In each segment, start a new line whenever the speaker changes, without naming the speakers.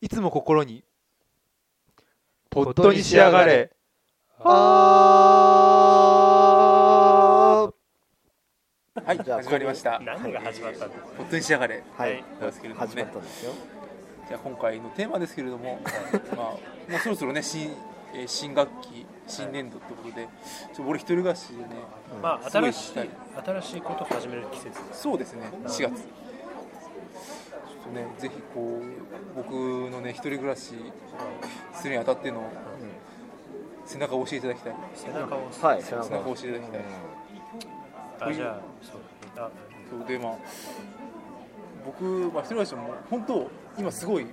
いつも心にポットに仕上がれあー
はい、じゃあ
始まりまし。た。
何が始まったんですか
本当に仕上がれ。
はい、
ですけれども
始ま
ね
った。んですよ。
じゃあ今回のテーマですけれども、まあ、まあそろそろね新えー新学期新年度ということで、ちょ俺一人暮らしでね、
まあ
すご
新
い
しい
聞き
新しいことを始める季節です
そうですね4月。ちょっとねぜひこう僕のね一人暮らしするにあたっての背中を押していただきたい。
背中を押す
はい、
背中を押していただきたい。
あじゃあそうあ
そうでまあ僕まあ一人暮らしも本当今すごい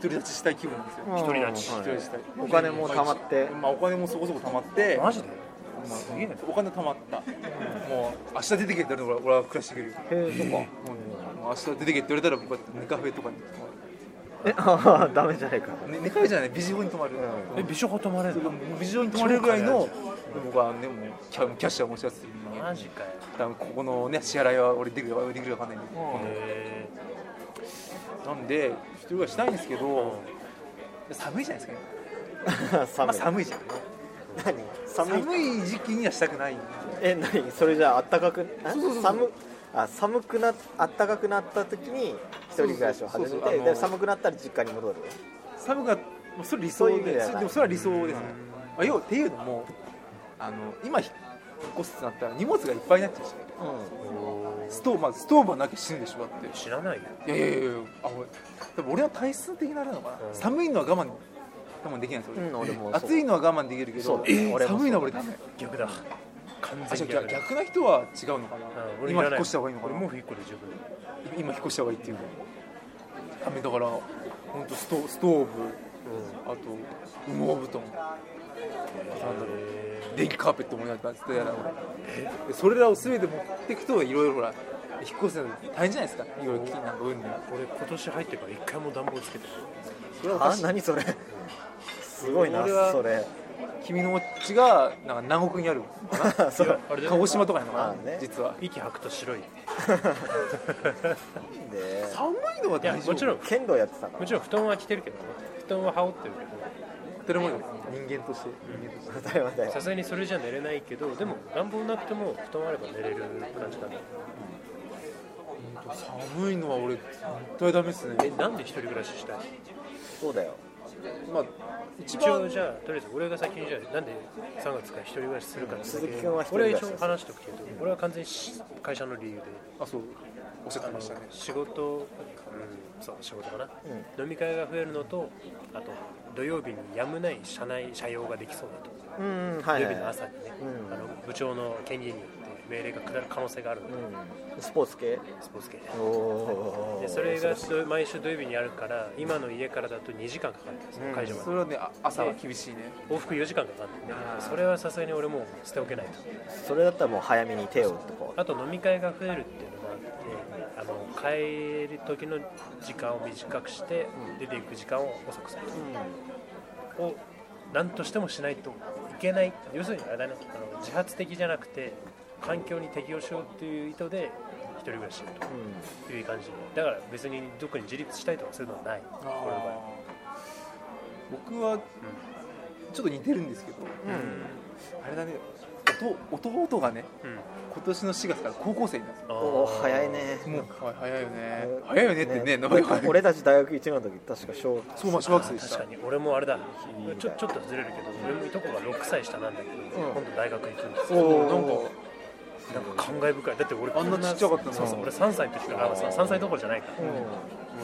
独り立ちしたい気分なんですよ。
一
人立ち
一人したい
お金も貯まって
まあ、お金もそこそこ貯まって、
マジで
まあ
すげえな
お金貯まった、もう明日出てけって言われたら俺は暮らしてくれる、
へーそっか。
もうもう明日出てけって言われたら、僕はネカフェとかに
え、ああ、ダメじゃないか。
泊まる、ね、ネカフェじゃない、ビジホに泊まる、
う
え美食泊まれ
それが
るの
もうビジホに泊まれるぐらいの
超、
僕はね、もうキャキャッシュは持ち合わせてる人間
マジかよ
多分ここのね、支払いは俺できるかできるかわかんないんで、
へ
なんで、一人暮らししたいんですけど、寒いじゃないですか、まあ、
寒い。
寒いじゃん、
何？寒い。
寒い時期にはしたくない。
え、何？それじゃあ暖かく、あ寒、あ寒くな暖かくなった時に一人暮らしを始
そう
め
そうそうあ
て、
の
で寒くなったら実家に戻る。
寒かっもうそれ理
そ
想
ういう意味
で
だよ
そ
な
でもそれは理想ですね、まあ、要っていうのもあの今引っ越すってなったら荷物がいっぱいになっちゃうしストーブ、まあ、ストーブはなきゃ死ぬでしょだって
え知らないよ
いやいやいやいやあ俺多分俺は体質的なあれなのかな、寒いのは我慢我慢できないんです俺,、
うん俺もそう
暑いのは我慢できるけ
そう
ど、
だね
えー
俺もそう
寒いのは俺ダメ
逆だ完
あじ
全
ゃ
に
あ逆逆な人は違うのかな、
うん俺い
今
ら
引
な
っ越した方がいいのかな
俺もう一個で十分だよ
今引っ越した方がいいっていうのダメだから本当ストストーブ、あと羽毛布団なんだろう電気カーペットもらったっつってたやら俺でそれらを全て持っていくといろいろほら引っ越すの大変じゃないですかいろいろ金なんかうんぬん
俺今年入ってから一回も暖房つけてない
それはおか
あ
し、い
何それ？すごいな、
俺は
それ。
君のおっちがなんか南国にあるのか
そう。
あれ
な
で
鹿児島とかなのか
あ
な、
ね
実は
息吐くと白いい
で、
寒いのは
や
大丈夫
もちろん
剣道やってたか
もちろん布団は着てるけどね布団は羽織ってるけど
それも人間として人間として
ら。だよだよ
さ。すがにそれじゃ寝れないけどでも暖房なくても布団あれば寝れる感じかな
寒いのは俺絶対ダメですね
えなんで一人暮らししたい
そうだよ。
まあ一
一
番
応じゃあとりあえず俺が先にじゃあなんで3月から一人暮らしするかってだけ
鈴木君は一人
俺
暮
は
らし
一応話しておくけど俺は完全にし会社の理由で
あそうおっしゃってましたね
仕事、うん、そう仕事かな、飲み会が増えるのとあと土曜日にやむない社内社用ができそうだと
うん、はい
土
はい
曜日の
はい。
朝にね、
うん
あの部長の権限によって命令が下る可能性があるので、
うん。スポーツ系？
スポーツ系で
おお。
でそれがど毎週土曜日にあるから今の家からだと2時間かかるんですよ、会場ま
それはねあ朝は厳しいね
で往復4時間かかるんでそれはさすがに俺もう捨ておけないと
それだったらもう早めに手を打っとこう
あと飲み会が増えるっていうのもあってあの帰る時の時間を短くして出ていく時間を遅くするを何としてもしないといけない要するにあれだねあの自発的じゃなくて環境に適応しようっていう意図で一人暮らしするという感じだから別にどこに自立したいとかそういうのはない俺の場合
僕はちょっと似てるんですけど、あれだねおと弟がね
うん
今年の4月から高校生になるんで
あー
おお早いね
すよもうはい早いよね早いよねってね名前
俺
が
俺たち大学1年の時確か小
そうまあ小学生でした
確かに俺もあれだちょちょっとずれるけど俺もいとこが6歳下なんだけど、今度大学行くんですよ
そうなんか
なんか感慨深いだって俺
あんなちっちゃかったのに
そうそう俺3歳の時からあそう3歳どころじゃないから、も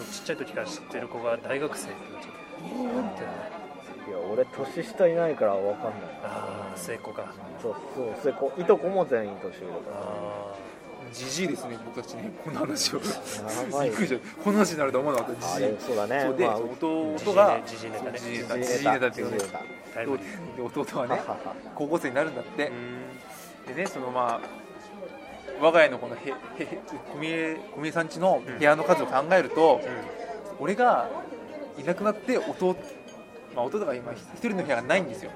うちっちゃい時から知ってる子が大学生ってなっちゃって
いや俺年下いないから分かんない
ああ末っ子か
そうそうそれこういとこも全員年上だか
あ
じじいですね僕たちねこんな話をび
ばい
っくりしたこんな話になると思わなかった
らあ
じじい
れそうだね
そうで、
まあ
弟が
じじいね
そう
じ
じ
じ
じい
いネ
ネ
タ
タ
ね
じじいネタっていうね
ジジイネタ
あタイムリー
で弟はね
はは
高校生になるんだって
う、ん
でねそのまあ我が家のこのへへへ小宮小宮さん家の部屋の数を考えると、俺がいなくなって弟まあ弟が今一人の部屋がないんですよ、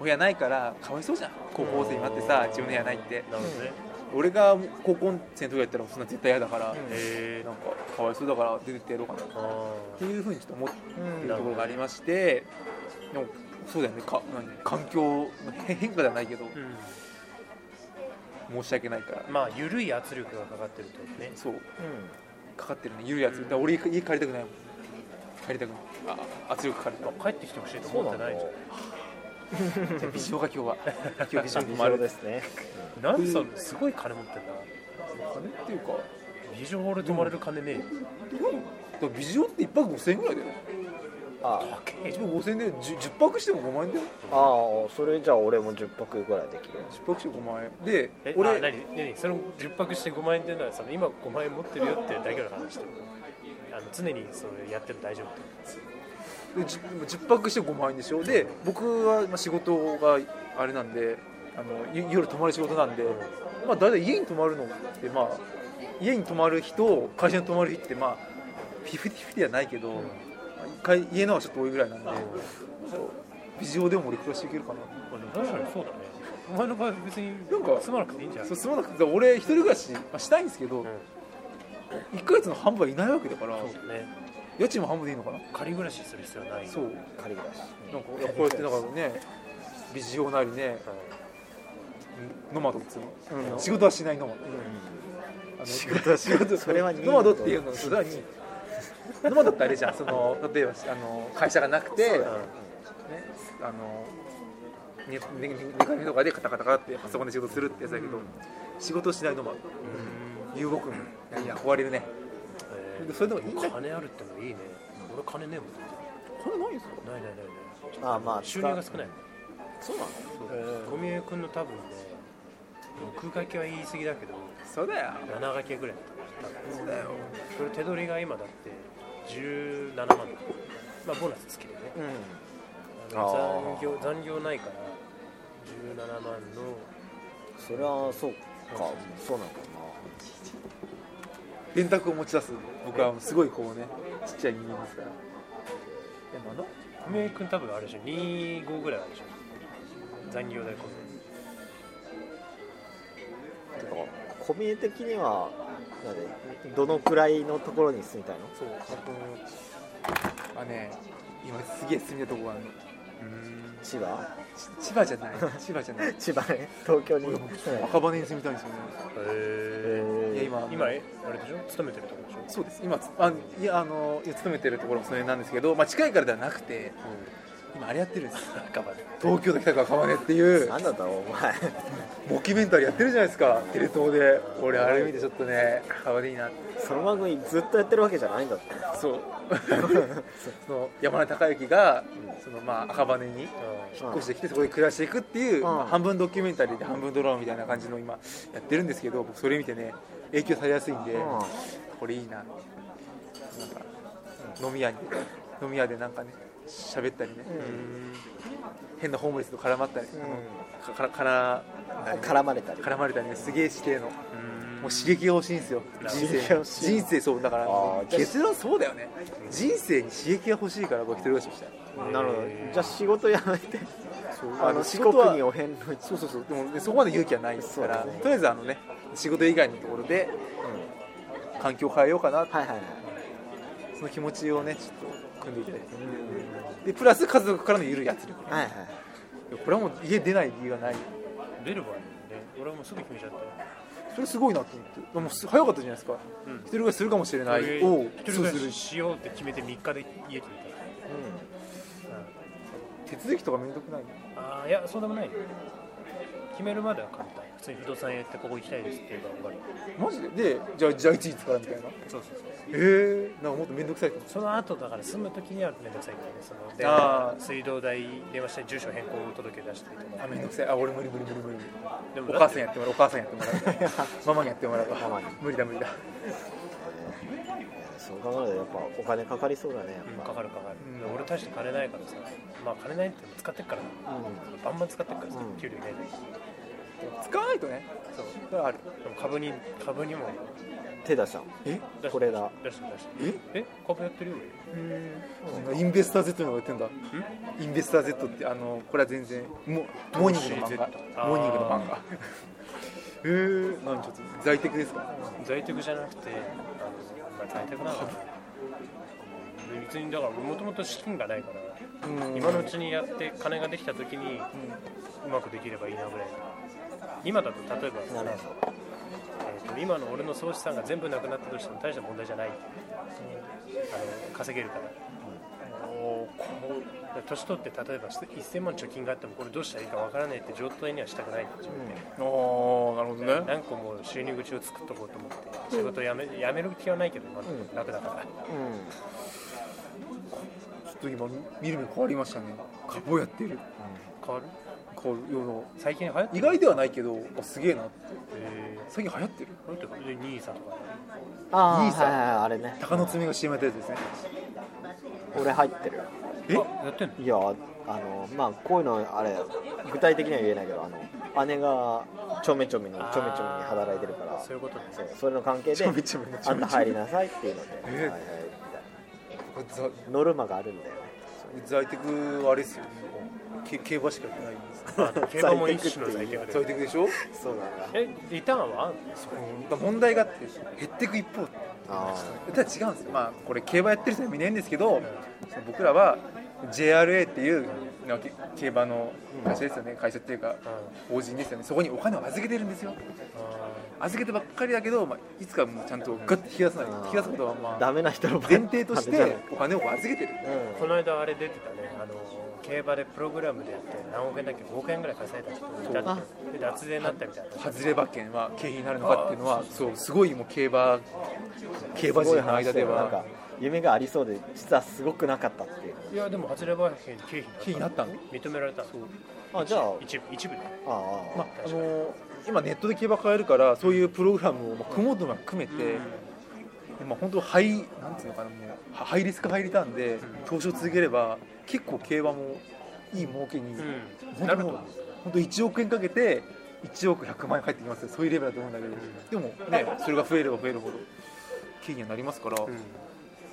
お部屋ないからかわいそうじゃん高校生になってさ自分の部屋ないって
なるほどね
俺が高校生の時やったらそんな絶対嫌だから、
へえ
なんかかわいそうだから出てってやろうかな
あー
っていうふうにちょっと思って
うん
るところがありまして、でもそうだよねか何環境の変変化ではないけど、
う
申し訳ないから
ん、まあ緩い圧力がかかってるってことね
そうかかってるね緩いやつ、だから俺家帰りたくないもん帰りたくないあ圧力かかると
帰ってきてほしいと思ってないじ
じゃあ微笑が今日 は今日は微笑
うん
が
微
もあ
妙
る
ですね
ゃんなんでさすごい金持ってんだ
金っていうか
ビジョール泊まれる金ね
だからビジョンって1泊5000円ぐらいだよね
あ
高え
1泊5000円で 10, 10泊しても5万円だよ
あああそれじゃあ俺も10泊ぐらいできる
10泊しても5万円で
え俺
俺
何何その10泊して5万円っていうのはその今5万円持ってるよってだけの話であの常にそれやってる大丈夫ってこ
で 10, 10泊して5万円でしょで僕はまあ仕事があれなんであのゆ夜泊まる仕事なんで、まあ、大体家に泊まるのって、まあ、家に泊まる日と会社に泊まる日ってまあフィフティフィではないけど、まあ会家のはちょっと多いぐらいなんで、ビジョンでも俺暮らしていけるかな
とまあでも確かにそうだねお前の場合別に
なんか
住まなくていいんじゃん
そうすまなくて俺一人暮らし、まあ、したいんですけど、
ん
1ヶ月の半分はいないわけだから
そうだね
家賃も半分でいいのかな
仮暮らしする必要ないよ
そう
仮暮らし
なんかいやこうやってだからねビジオなりねノマドっつうの、仕事はしないノマド、あの仕事は仕事
それは
ノマドっていうのそれはにノマドってあれじゃんその例えばあの会社がなくて、ね、あの寝寝寝寝かみとかでカタカタカタってパソコンで仕事するってやつだけど、仕事しないノマド遊牧民いや壊れるね
え
それでもいいんだ
金あるってのいいね俺金ねえもん
これないんですか
ないないないない
ああまあ
収入が少ない
そうなの
小宮君の多分ね空書きは言い過ぎだけど
そうだよ
7書きぐらいだった多分
そうだよ
これ手取りが今だって17万だまあボーナス付きでね
う
あの
あー
残業残業ないから17万の
んそれはそうかそうなのか
電卓を持ち出す僕はすごいこうねちっちゃい人間ですからでもあの
小宮君多分あれでしょ25ぐらいあるでしょ残業代込み
なてかコミュニ的にはなんでどのくらいのところに住みたいの
そうあのあね今すげえ住みたいとこがあるの
千葉
ち千葉じゃ ない千葉じゃない
千葉ね東京に
俺
へ
も赤羽に住みたいんですよねいや
え
今
今えあれでしょ勤めてるとこでしょ
そうです今つあいやあのいや勤めてるところもそれなんですけど、まあ、近いからではなくて今あれやってるんです
赤羽で
東京で北区赤羽っていう
なんだったのお前
モキュメンタリーやってるじゃないですかテレ東で俺あれ見てちょっとね赤羽でいいなって
その番組ずっとやってるわけじゃないんだって
そう その山根孝之が、そのまあ、赤羽に引っ越してきてそこで暮らしていくっていう、
ん
まあ半分ドキュメンタリーで半分ドラマみたいな感じの今やってるんですけど僕それ見てね影響されやすいんで、
うん
これいいななんか飲み屋に飲み屋でなんかね喋ったりね、変なホームレスと絡まったり、あのかからから
絡まれたり
絡まれたりねすげえ指定の。もう刺激が欲しいんですよ人
刺激が
生
欲しい
人生そうだから
あーじゃあ
結論そうだよね人生に刺激が欲しいから僕一人暮らしをしたい
なるほどじゃあ仕事やめてあの四
事は
国にお遍路
そうそうそうでも、ね、そこまで勇気はないですからとりあえずあのね仕事以外のところで環境を変えようかな
はいはいはい
その気持ちをねちょっと組んでいきたいですねでプラス家族からの緩い圧力
はいはい
これはもう家出ない理由がない
出ればいいんで俺はもうすぐ決めちゃったよ
それすごいなと思ってもうす早かったじゃないですか、
うん
一人暮らしするかもしれない
俺
を
一
そ
人
う
暮
す
ら
る
ししようって決めて3日で家決め
手続きとかめんどくない
たああいやそうでもないよ決めるまでは簡単普通に不動産屋行ってここ行きたいですっていうのが分かる
マジででじゃあじゃあいついつからみたいな
そうそうそう
えー、なんかもっと面倒くさいかも
その後だから住む時には面倒くさいからねその電
あ
話
ー
水道代電話して住所変更届け出したりとか
あ面倒くさいあ俺無理無理無理無理
で
お
もだ
母
っ
さん
て
やってもらうお母さんやってもらう ママにやってもらう
ママに
無理だ無理だ
そう考えるとやっぱお金かかりそうだねやっ
うん
ぱ
かかるかかる、
うん
で俺大して金ないからさまあ金ないっていうの使ってっから
うん
バンバン使ってっからさ
うん
給料入れない
使わないとね
そう
それはある
でも株に株にも
手出したの
え
出して
これだ
出して出してえ株やってるよ俺
うんインベスター Z の方がやってんだインベスター Z ってあのこれは全然モモーニングの漫
投資 Z
画モーニングの漫画 えー、何ちょっと在宅ですか
在宅じゃなくてあの、まあ、在宅なの別にだからもともと資金がないから
うん
今のうちにやって金ができた時にうまくできればいいなぐらい今だと例えば、
なるほ
えーと今の俺の総資産が全部なくなったとしても大した問題じゃないあの稼げるから、もうこう年取って例えば1000万貯金があってもこれどうしたらいいかわからないって状態にはしたくない自分で
ああーなるほどね
何個も収入口を作っとこうと思って仕事辞め,、辞める気はないけど、まあ楽だから
ちょっと今見る目変わりましたね株をやってる
変わる
こう世の
最近流行って
意
る
外ではないけどあすげえなって
え
最近流行ってる
ーこれってこれで兄さんとかね
ああ
いいさ
はいはいはいあれね
鷹の爪が CM やったやつですね
俺入ってるよ
え
あやってんの
いやあのまあこういうのあれ具体的には言えないけどあの姉がちょめちょめにちょめちょめに働いてるから
そういうことね
そうそれの関係で
ちょめちょめのちょめちょめ
あんた入りなさいっていうので、
え
はいはいみ
ざ
たいなノルマがあるんだよね
在宅はあれですよけ競馬しかやってないんです
あの競馬も一種の在 宅
在
で
宅でしょ
そうなんだ
えリターンは
うんだから問題があって減っていく一方
あ
ただ違うんですよまあこれ競馬やってる人は見ないんですけどその僕らは JRA っていうなんか競馬の会社ですよね会社っていうか法人ですよねそこにお金を預けてるんですよ預けてばっかりだけど、まあ、いつかもうちゃんとガッて引き出さない
あー
引き出すことはま
あダ
あ
メな人の
前提とし
ダメじ
てお金を預けてる
ゃない
この間あれ出てたねあの競馬でプログラムでやって何億円だっけ5億円ぐらい稼いだ人いたってで脱税になったみたいな
外れ馬券は景品になるのかっていうのはそうすごいもう競馬競馬人の間で
なんか
は
夢がありそうで実はすごくなかったっていう
いやでも外れ馬券経費
景品になったの、
認められた
あじゃあ
一部一部ね
ああ、
まああの今ネットで競馬買えるからそういうプログラムをまあ組もうとも含めて、まあ、本当ハイなんていうのかなもうハハイリスクハイリターンで投資を続ければ結構競馬もいい儲けに、
うん
本
な
当
る
に
ほ
もう
ど
本当1億円かけて1億100万円返ってきますよそういうレベルだと思うんだけど、でもねそれが増えれば増えるほど経費にはなりますから、っ
うん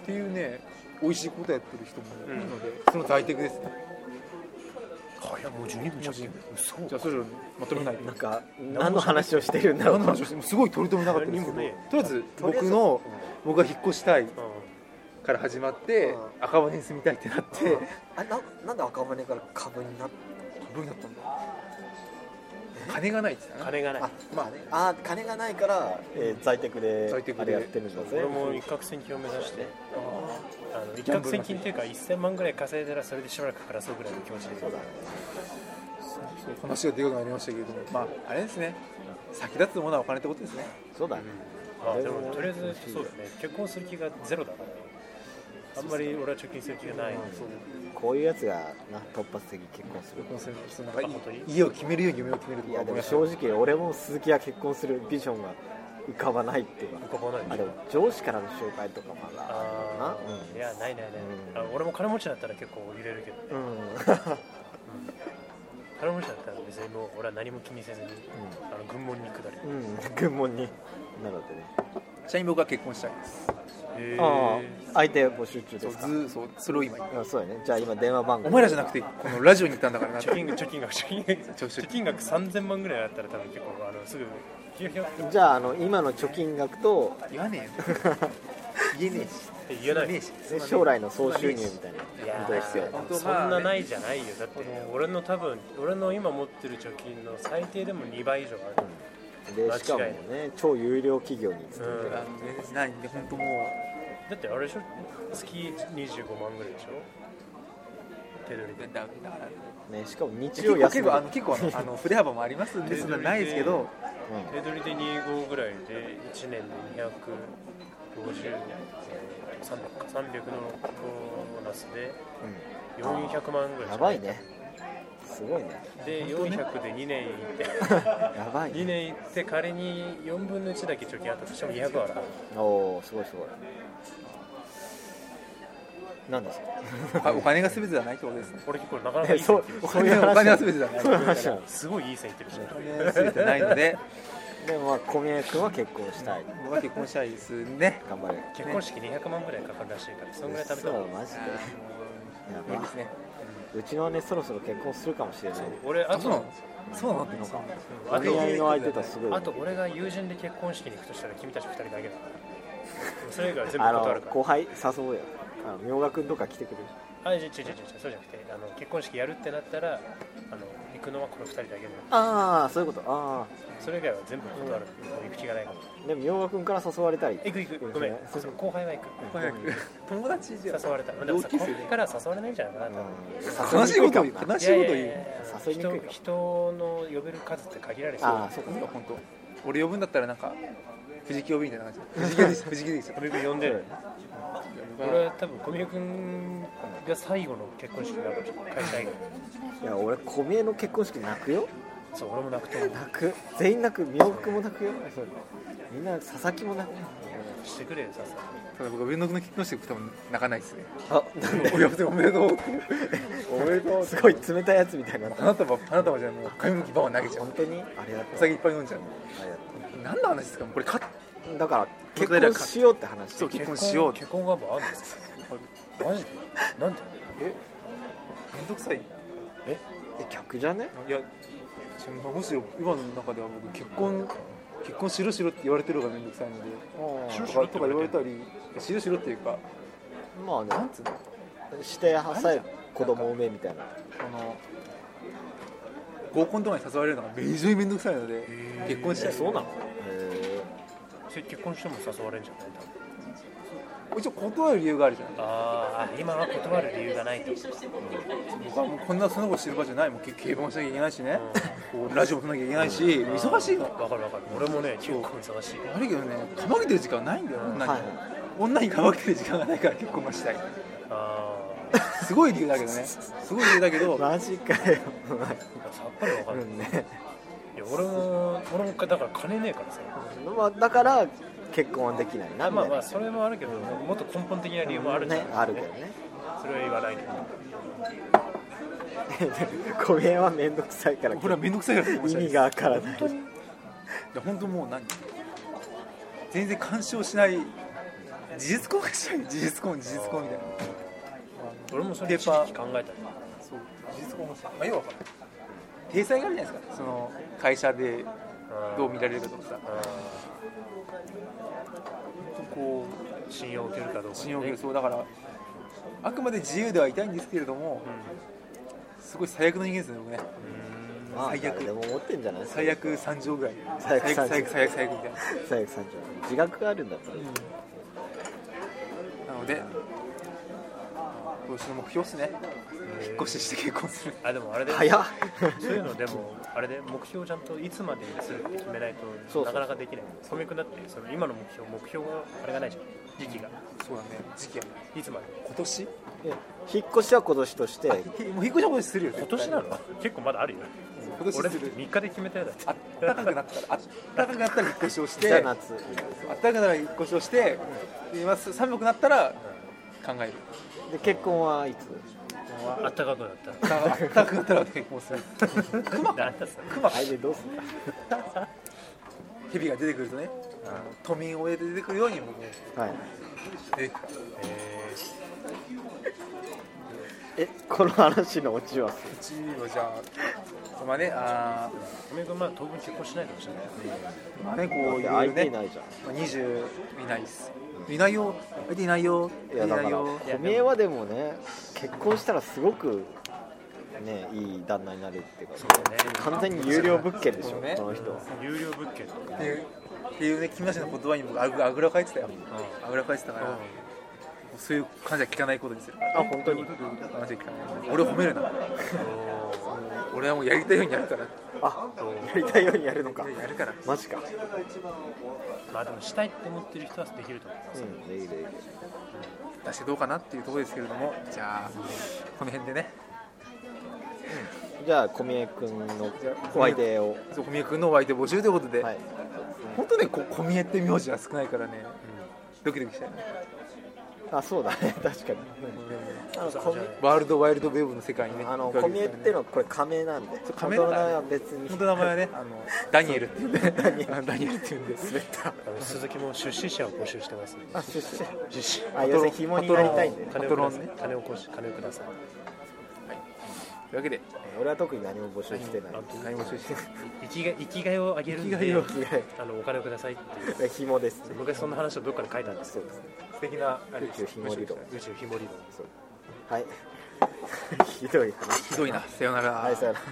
ていうね美味しいことやってる人もいるので、その在宅ですね
いやもう12分じゃって嘘
じゃあそれをまとめないと
なんか何の話をしてるんだろう
何の話をしてもすごい取り留めなかったんですけどと
何
り
もね
あえず僕の僕が引っ越したいから始まって
う
赤羽に住みたいってなって
あななんで赤羽から株になっ
株になったんだ金がないって言ってたね
金がない
あまあねあ金がないから、えー在宅で
在宅で
あれやってるんだぜ
俺も一攫千金を目指してあの一攫千金っていうか1000万ぐらい稼いだらそれでしばらく暮らそうぐらいの気持ちで
そうだね
話がでかくなりましたけれどもまああれですね先立つものはお金ってことですね
そうだね、
まあでもとりあえずそうだね結婚する気がゼロだからあんまり俺は貯金する気がない
こういうやつがな突発的に結婚する
結婚するそのなんかいい
あ本当に
家を決めるように夢を決めると
い
か
や
思
で
い
も
ました
正直俺も鈴木は結婚するビジョンが浮かばないっていうか
浮かばない
あでも上司からの紹介とかまだ
あ
な
あいやないないない
うん
あ俺も金持ちだったら結構入れるけど
うん
金持ちだったら別にもう俺は何も気にせずにあの軍門に下る
うん軍門になのでね
ちなみに僕は結婚したいです
へ
ああ
え
相手募集中
そ
で
う
す
ず
か
ーそうそれを今言った
いやそうだねじゃあ今電話番号
お前らじゃなくてこのラジオに行ったんだからなって
貯 金額貯金額貯金額
ちょちょ
貯金額3000万ぐらいあったら多分結構あのすぐひよひよっ
じゃああの今の貯金額と
言わねえよ言えねえして
言えない
ねえし
ね将来の総収入みたいな見通しよ
本当
そ
まあ
ん
ね
なないじゃないよだって俺の多分俺の今持ってる貯金の最低でも2倍以上ある
でしかも
間違い
ね超有料企業に勤めてる
あの全然ないんで本当 も
だってあれでしょ月25万ぐらいでしょ手取り
う
で
だだから
ねしかも日
結
曜
構
休
結
み
構あの結構あの振れ幅もありますんでそんなないですけど
手取りで25ぐらいで1年で250えー300か300のボーナスで400万
う
ぐら
ん
い
やばいねすごいね
で400で2年いって
やばいね
2年行って仮に4分の1だけ貯金あったとしても200はある
おおすごいすごいなんですか
あお金が全てではないってことです ね
俺結構なかなか
え
いい線
そ
いうってる
お
お金はお金は全て
だ
ではない
そういう話なの
すごいいい線いってるしね
お金は全てではないので
でもまあ小宮君は結婚したい
僕は結婚したいですね
頑張れ
結婚式200万ぐらいかかるらしいからそんぐらい食べた
そ
ら
うマジで
無理ですね
うちの姉そろそろ結婚するかもしれない
俺あ
あそうなの
と
そうなの
のか
あ
お見合いの相手とすごい
あと俺が友人で結婚式に行くとしたら君たち二人だけだ それ以外は全部
あ
断
の
るから
後輩誘おうよあの明賀君とか来てくれる
あじゃ違う違う違うそうじゃなくてあの結婚式やるってなったらあの行くのはこの二人だけだ
ああそういうことあ
それ以外は全部断る、もう行く気がないから
あでも明賀君から誘われたり
行く行くごめん
そうそう
後輩は行く
早く友達じゃん
誘われたでもさ
同
後
級生
輩からは誘われないんじゃないかな多分
うん
悲しいこと言う悲
い
しい
や
こ
い
と
や
言
いうや
誘いにくい
人
か
人の呼べる数って限られてる
ああそうかそうか
本当俺呼ぶんだったらなんか藤木呼びみたいな感じ藤木です藤木です
小宮君呼んでる俺は多分小宮君が最後の結婚式になるかもしれない会社以外
いや俺小宮の結婚式泣くよ
そう俺もなくても
泣く全員泣く明賀君も泣くよそうみんな佐々木も泣く
してくれよさすがに
ただ僕上野君の結婚して多分泣かないですね
あなんで
お呼びでおめでとうっておめでとう
すごい冷たいやつみたいになっ
あ
た
なたはあなたはじゃあもう紙巻きバーン投げちゃ
本
う
当にありがと
お
う
酒いっぱい飲んじゃう
ありがと
何の話ですかもうこれカッ
うだから結婚しようって話
そう結婚しよう
結婚願望あるんですかマジでなんで
めんどくさい
え
え逆じゃね
いやむしろ今の中では僕結婚結婚しろしろって言われてるのがめんどくさいので
しろし
と
ろ
かとか言われたりしろしろっていうか
まあね
なんつうの
してさえ子供産めみたいな
その合コンとかに誘われるのが非常にめんどくさいので結婚したい
のへ
それ結婚しても誘われんじゃない多分
一応断る理由があるじゃない
ああ今は断る理由がないと
僕はもうこんなそんなことしてる場合じゃないもうけ競馬もしなきゃいけないしねこうラジオもしなきゃいけないし忙しいの
わかるわかる俺もね結構忙しい
悪いけどねかまけてる時間ないんだよ女に、
はい
女にかまけてる時間がないから結婚がしたい
あ
すごい理由だけどねすごい理由だけど、
えマジかよ
あさっぱりわか
うん
ない,、
んね
いや俺も俺もだから金ねえからさ
まあだから結婚はできないなみ
ま
た
あ
い
ま
な
あそれもあるけどもっと根本的な理由もあるんじゃ
ね
ない
あるけどね
それは言わないけど
小宮は面倒くさいから
俺はめんどくさいから結婚
意
したいで
味
すい
がわからない
や本当もう何全然干渉しない事実婚がしたい事実婚事実婚みたいな
俺もそれ一時期考えたの
そう事実婚がしたいまあ要はほら体裁があるじゃないですかその会社でどう見られるかとかさ
あ
こ
ー信用を受けるかどうか、ね、
う信用を受けるそうだからあくまで自由ではいたいんですけれどもすごい最悪の人間ですね僕ね
まあ
最悪
誰でも思ってんじゃない
最悪3畳ぐらい
最悪
最悪
三
最
畳
悪最悪最悪みたいな
最悪三条自覚があるんだったら
なので今年の目標っすね引っ越しして結婚する
あでもあれで
早っ
そういうのでもあれで目標をちゃんといつまでにするって決めない
そうそう
となかなかできない小宮君だってその今の目標目標があれがないじゃん時期が
そうだね時期はね
いつまで
今年
いや引っ越しは今年として
もう引っ越しは今年するよ
今年なの結構まだあるよ
今年
俺
する
3日で決めたよだって
あったかくなったらあったかくなったら引っ越しをし
じゃあ
てあっ
夏
たかくなったら引っ越しをしてで今す寒くなったら考える
で結婚はいつ
あったかくなった
あったかくなったら結婚する
熊なんだそれ
クマ
あれでどうすんの
蛇が出てくるとね都民を得て出てくるように僕も
はい
え
え
えこの話のオチは
うちはじゃあまあねあ
ー小宮君まだ当分結婚しないかもしれない
ーまあねこういろ
空
い
い
ろ
て
ね
いないじゃん
まあ20いないっすいないよ相手いないよ
いや
い
だ
な
か
い
ら
よ
小宮はでもね結婚したらすごくねいい旦那になるっていうか
ね
完全に有料物件でし
そ
ょ
うね
この人は
有料物件とか
っていうっていうね君たちの言葉に僕あぐあぐらかいてたよあぐらかいてたから、そういう感じは聞かないことにする
あ本当に
話は聞かない俺を褒めるな俺はもうやりたいようにやるから
あやりたいようにやるのか
やるから
マジか
まあでもしたいって思ってる人はできると思います
うんできるできる
出してどうかなっていうところですけれどもじゃあこの辺でね
じゃあ小宮君のお相手を
そう小宮君のお相手募集ということで、
はい
本当ねこ小宮って名字は少ないからね、ドキドキしたいね
あそうだね 確かにあの小宮
ワールドワイルドウェーブの世界にね
あの
行くわ
小
けで
宮
すから
っ
ね
てのはこれ仮名なんで
そう
本
仮名
当の
だ
名前は別に
本当の名前はね、あのダニエルっていうんで、 ダニエルっていうんで、
あの鈴木も出資者を募集してますね
あ出身
出資
あ要するに紐になりたいんで
金をください金をこし金をください
というわけで
俺は特に何も募集してない
あと
何も収集してない
生きが生きがいをあげるんで
生きがいを
着替
あのお金をくださいっていう
え紐ですね
昔そんな話をどっかで書いたんです
そうですね
素敵なあれ
宇宙ひも理論
宇宙ひも理論
そうはい ひどい話
ひどいなさよなら
はいさよなら